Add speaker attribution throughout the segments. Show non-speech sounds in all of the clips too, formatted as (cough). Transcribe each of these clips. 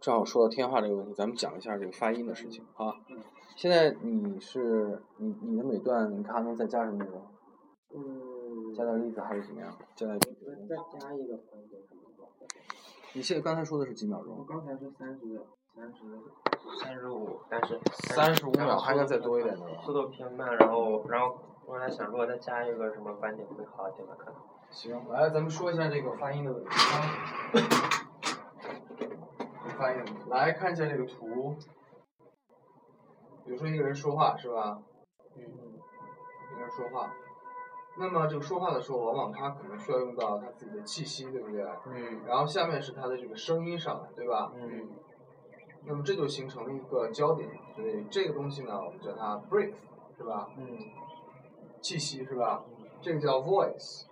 Speaker 1: 正好说到天话这个问题，咱们讲一下这个发音的事情啊
Speaker 2: 嗯。
Speaker 1: 现在你是你你的每段你看能再加什么内容？
Speaker 2: 嗯，
Speaker 1: 加点例子还是怎么样？加点例
Speaker 2: 我
Speaker 1: 子。
Speaker 2: 再加一个环节什么的。
Speaker 1: 你现在刚才说的是几秒
Speaker 2: 我
Speaker 1: 钟？
Speaker 2: 刚才是三十，三十，三十五，但是
Speaker 1: 35秒还应该再多一点的吧
Speaker 2: 速度偏慢，然后然后我在想，如果再加一个什么观点会好一点吧？可能。
Speaker 1: 行，来咱们说一下这个发音的问题啊。发音，来看一下这个图。比如说一个人说话是吧？
Speaker 2: 嗯
Speaker 1: 一个人说话，那么这个说话的时候，往往他可能需要用到他自己的气息，对不对？
Speaker 2: 嗯
Speaker 1: 然后下面是他的这个声音上来，对吧？
Speaker 2: 嗯
Speaker 1: 那么这就形成了一个焦点，所以这个东西呢，我们叫它 breath，是吧？
Speaker 2: 嗯
Speaker 1: 气息是吧？这个叫 voice。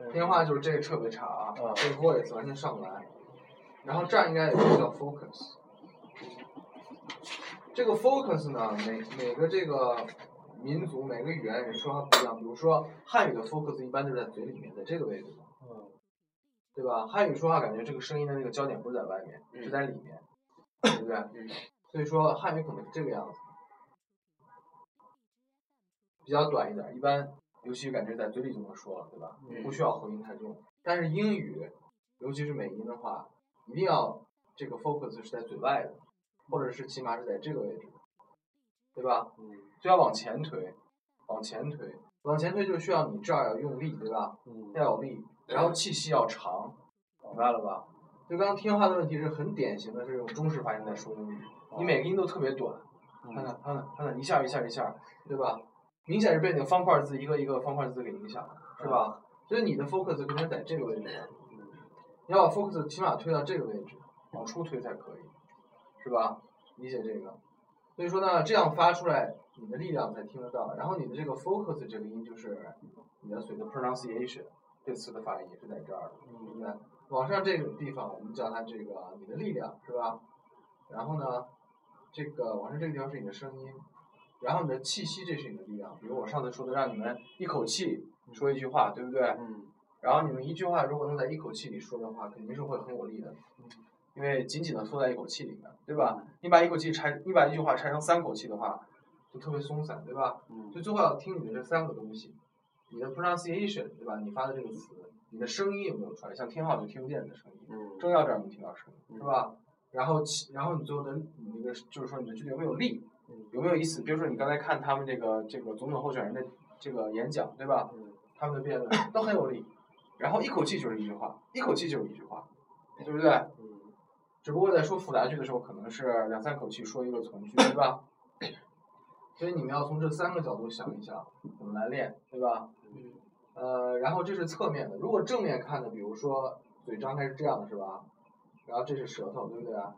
Speaker 2: 嗯。
Speaker 1: 电话就是这个特别差啊，
Speaker 2: 嗯
Speaker 1: 这个 voice 完全上不来。然后这儿应该有一个叫 focus。这个 focus 呢，每每个这个民族每个语言人说话不一样。比如说汉语的 focus 一般就是在嘴里面，在这个位置，
Speaker 2: 嗯
Speaker 1: 对吧？汉语说话感觉这个声音的那个焦点不是在外面，
Speaker 2: 嗯
Speaker 1: 是在里面，对不对？
Speaker 2: 嗯
Speaker 1: 所以说汉语可能是这个样子，比较短一点，一般尤其感觉在嘴里就能说了，对吧？
Speaker 2: 嗯
Speaker 1: 不需要喉音太重。但是英语，尤其是美音的话，一定要这个 focus 是在嘴外的，或者是起码是在这个位置，对吧？
Speaker 2: 嗯
Speaker 1: 就要往前推，往前推，往前推就需要你这儿要用力，对吧？
Speaker 2: 嗯。
Speaker 1: 要有力，然后气息要长，明白了吧？就刚刚听话的问题是很典型的这种中式发音在说英语，你每个音都特别短，看看看看看看一下一下一下，对吧？明显是被你的方块字一个一个方块字给影响，是吧？所以你的 focus 肯定在这个位置，你要把 focus 起码推到这个位置，往出推才可以，是吧？理解这个。所以说呢，这样发出来，你的力量才听得到。然后你的这个 focus 这个音就是你的所谓的 pronunciation 这词的发音是在这儿的，明白？往上这个地方我们叫它这个你的力量是吧？然后呢，这个往上这个地方是你的声音，然后你的气息这是你的力量。比如我上次说的，让你们一口气说一句话，对不对？
Speaker 2: 嗯
Speaker 1: 然后你们一句话如果能在一口气里说的话，肯定是会很有力的，因为紧紧的缩在一口气里面，对吧？你把一口气拆，你把一句话拆成三口气的话，就特别松散，对吧？
Speaker 2: 嗯
Speaker 1: 就最后要听你的这三个东西，你的 pronunciation，对吧？你发的这个词，你的声音有没有出来？像听号就听不见你的声音，
Speaker 2: 嗯
Speaker 1: 正要这儿能听到声音，
Speaker 2: 嗯
Speaker 1: 是吧？然后起，然后你最后的你那个就是说你的句子有没有力，
Speaker 2: 嗯
Speaker 1: 有没有意思？比如说你刚才看他们这个这个总统候选人的这个演讲，对吧？他们的辩论都很有力，然后一口气就是一句话，一口气就是一句话，对不对？
Speaker 2: 嗯
Speaker 1: 只不过在说复杂句的时候，可能是两三口气说一个从句，对吧？ (coughs) 所以你们要从这三个角度想一想，怎么来练，对吧？
Speaker 2: 嗯
Speaker 1: 呃，然后这是侧面的，如果正面看的，比如说嘴张开是这样的，是吧？然后这是舌头，对不对？啊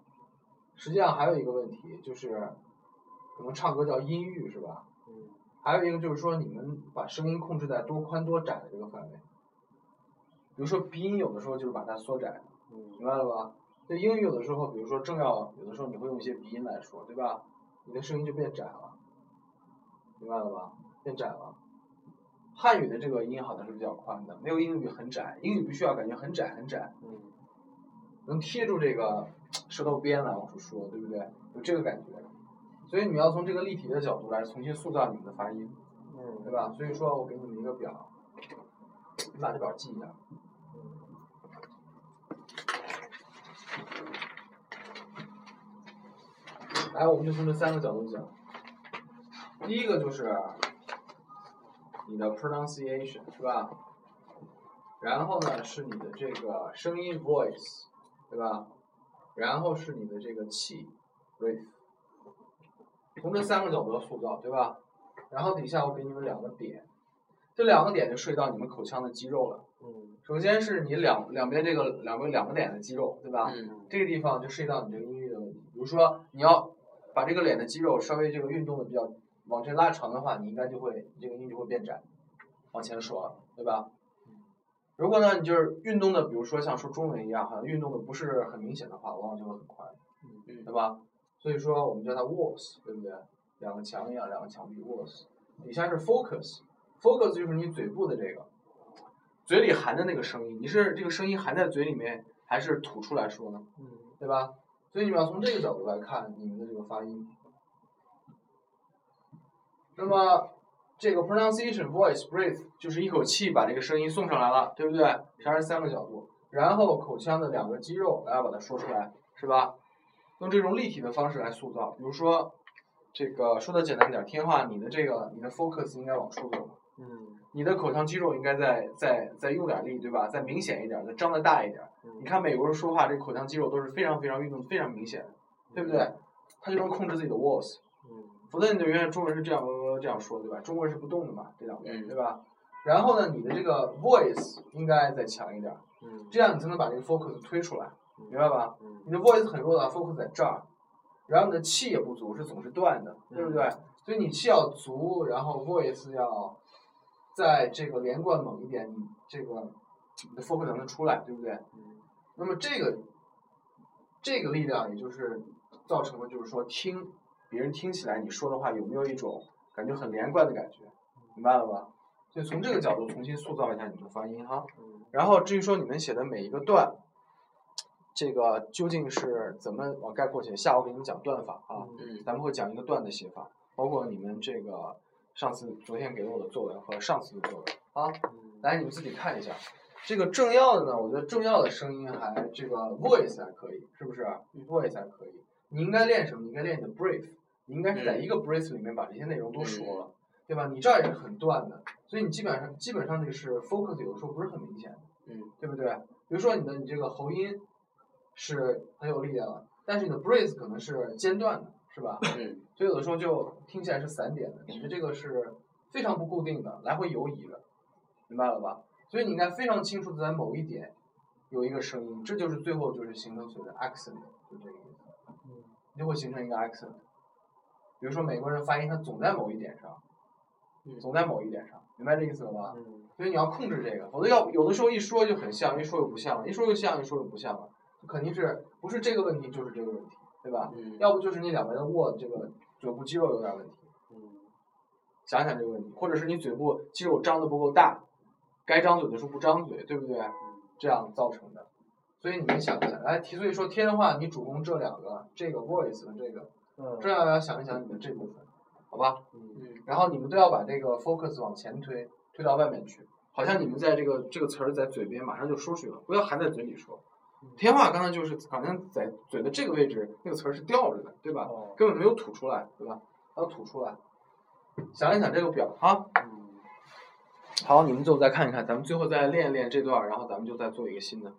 Speaker 1: 实际上还有一个问题就是，可能唱歌叫音域，是吧？
Speaker 2: 嗯
Speaker 1: 还有一个就是说，你们把声音控制在多宽多窄的这个范围。比如说鼻音，有的时候就是把它缩窄，明
Speaker 2: 嗯
Speaker 1: 白了吧？对英语有的时候，比如说正要，有的时候你会用一些鼻音来说，对吧？你的声音就变窄了，明白了吧？变窄了。汉语的这个音好像是比较宽的，没有英语很窄，英语必须要感觉很窄很窄，
Speaker 2: 嗯
Speaker 1: 能贴住这个舌头边来往出说，对不对？有这个感觉。所以你们要从这个立体的角度来重新塑造你们的发音。对
Speaker 2: 嗯
Speaker 1: 吧？所以说我给你们一个表，你把这表记一下。来，我们就从这三个角度讲。第一个就是你的 pronunciation 是吧？然后呢是你的这个声音 voice 对吧？然后是你的这个气 breath，从这三个角度塑造对吧？然后底下我给你们两个点，这两个点就涉及到你们口腔的肌肉了。
Speaker 2: 嗯
Speaker 1: 首先是你两两边这个两边两个脸的肌肉，对吧？
Speaker 2: 嗯
Speaker 1: 这个地方就涉及到你这个音域的问题。比如说你要把这个脸的肌肉稍微这个运动的比较往前拉长的话，你应该就会你这个音域就会变窄，往前说了，对吧？如果呢，你就是运动的，比如说像说中文一样，好像运动的不是很明显的话，往往就会很宽。对吧？所以说我们叫它 walls，对不对？两个墙一样，两个墙壁 walls。底下是 focus，focus 就是你嘴部的这个，嘴里含的那个声音，你是这个声音含在嘴里面，还是吐出来说呢？
Speaker 2: 嗯
Speaker 1: 对吧？所以你们要从这个角度来看你们的这个发音。那么这个 pronunciation voice breathe 就是一口气把这个声音送上来了，对不对？它是三个角度，然后口腔的两个肌肉来把它说出来，是吧？用这种立体的方式来塑造，比如说这个说的简单点，天化，你的这个你的 focus 应该往出走，
Speaker 2: 嗯
Speaker 1: 你的口腔肌肉应该再再再用点力，对吧？再明显一点，再张得大一点。
Speaker 2: 嗯
Speaker 1: 你，看美国人说话，这口腔肌肉都是非常非常运动非常明显的，对不对？他就能控制自己的 walls，
Speaker 2: 嗯
Speaker 1: 否则你的永远中文是这样呃这样说，对吧？中文是不动的嘛，这两边，
Speaker 2: 嗯
Speaker 1: 对吧？然后呢，你的这个 voice 应该再强一点，
Speaker 2: 嗯，
Speaker 1: 这样你才能把这个 focus 推出来，明白吧？
Speaker 2: 嗯
Speaker 1: 你的 voice 很弱的话，focus 在这儿，然后你的气也不足，是总是断的，对不对？所以你气要足，然后 voice 要在这个连贯猛一点，你这个你的 focus 才能出来，对不对？
Speaker 2: 嗯
Speaker 1: 那么这个这个力量，也就是造成了，就是说听别人听起来你说的话有没有一种感觉很连贯的感觉，明白了吧？所以从这个角度重新塑造一下你的发音哈。
Speaker 2: 嗯
Speaker 1: 然后至于说你们写的每一个段，这个究竟是怎么往概括写，下午给你们讲段法啊，
Speaker 2: 嗯
Speaker 1: 咱们会讲一个段的写法，包括你们这个上次昨天给我的作文和上次的作文啊。
Speaker 2: 嗯，
Speaker 1: 来，你们自己看一下。这个政要的呢，我觉得政要的声音还这个 voice 还可以，是不是？voice 啊
Speaker 2: 嗯
Speaker 1: 还可以。你应该练什么？你应该练你的 brief，你应该是在
Speaker 2: 嗯
Speaker 1: 一个 brief 里面把这些内容都说了，对吧？你这儿也是很断的，所以你基本上基本上这个是 focus 有的时候不是很明显，
Speaker 2: 嗯，
Speaker 1: 对不对？比如说你的你这个喉音是很有力量的，但是你的 brief 可能是间断的，是吧？
Speaker 2: 嗯
Speaker 1: 所以有的时候就听起来是散点的，你的这个是非常不固定的，来回游移的，明白了吧？所以你应该非常清楚的在某一点有一个声音，这就是最后就是形成所谓的 accent，就这个意思，你就会形成一个 accent。比如说美国人发音，他总在某一点上，
Speaker 2: 嗯
Speaker 1: 总在某一点上，明白这意思了吧？
Speaker 2: 嗯
Speaker 1: 所以你要控制这个，否则要有的时候一说就很像，一说又不像了，一说又像，一说又不像了，就肯定是不是这个问题就是这个问题，对吧？
Speaker 2: 嗯
Speaker 1: 要不就是你两边的握这个嘴部肌肉有点问题，
Speaker 2: 嗯
Speaker 1: 想想这个问题，或者是你嘴部肌肉张的不够大，该张嘴的时候不张嘴，对不对？这样造成的。所以你们想一想，来哎提，所以说天的话，你主攻这两个，这个 voice 和这个，这样要想一想你们这部分，好吧？
Speaker 2: 嗯
Speaker 1: 嗯。然后你们都要把这个 focus 往前推，推到外面去，好像你们在这个这个词儿在嘴边马上就说出去了，不要含在嘴里说。天话刚才就是好像在嘴的这个位置，那个词儿是吊着的，对吧？
Speaker 2: 哦
Speaker 1: 根本没有吐出来，对吧？要吐出来。想一想这个表哈。
Speaker 2: 嗯
Speaker 1: 好，你们最后再看一看，咱们最后再练一练这段儿，然后咱们就再做一个新的。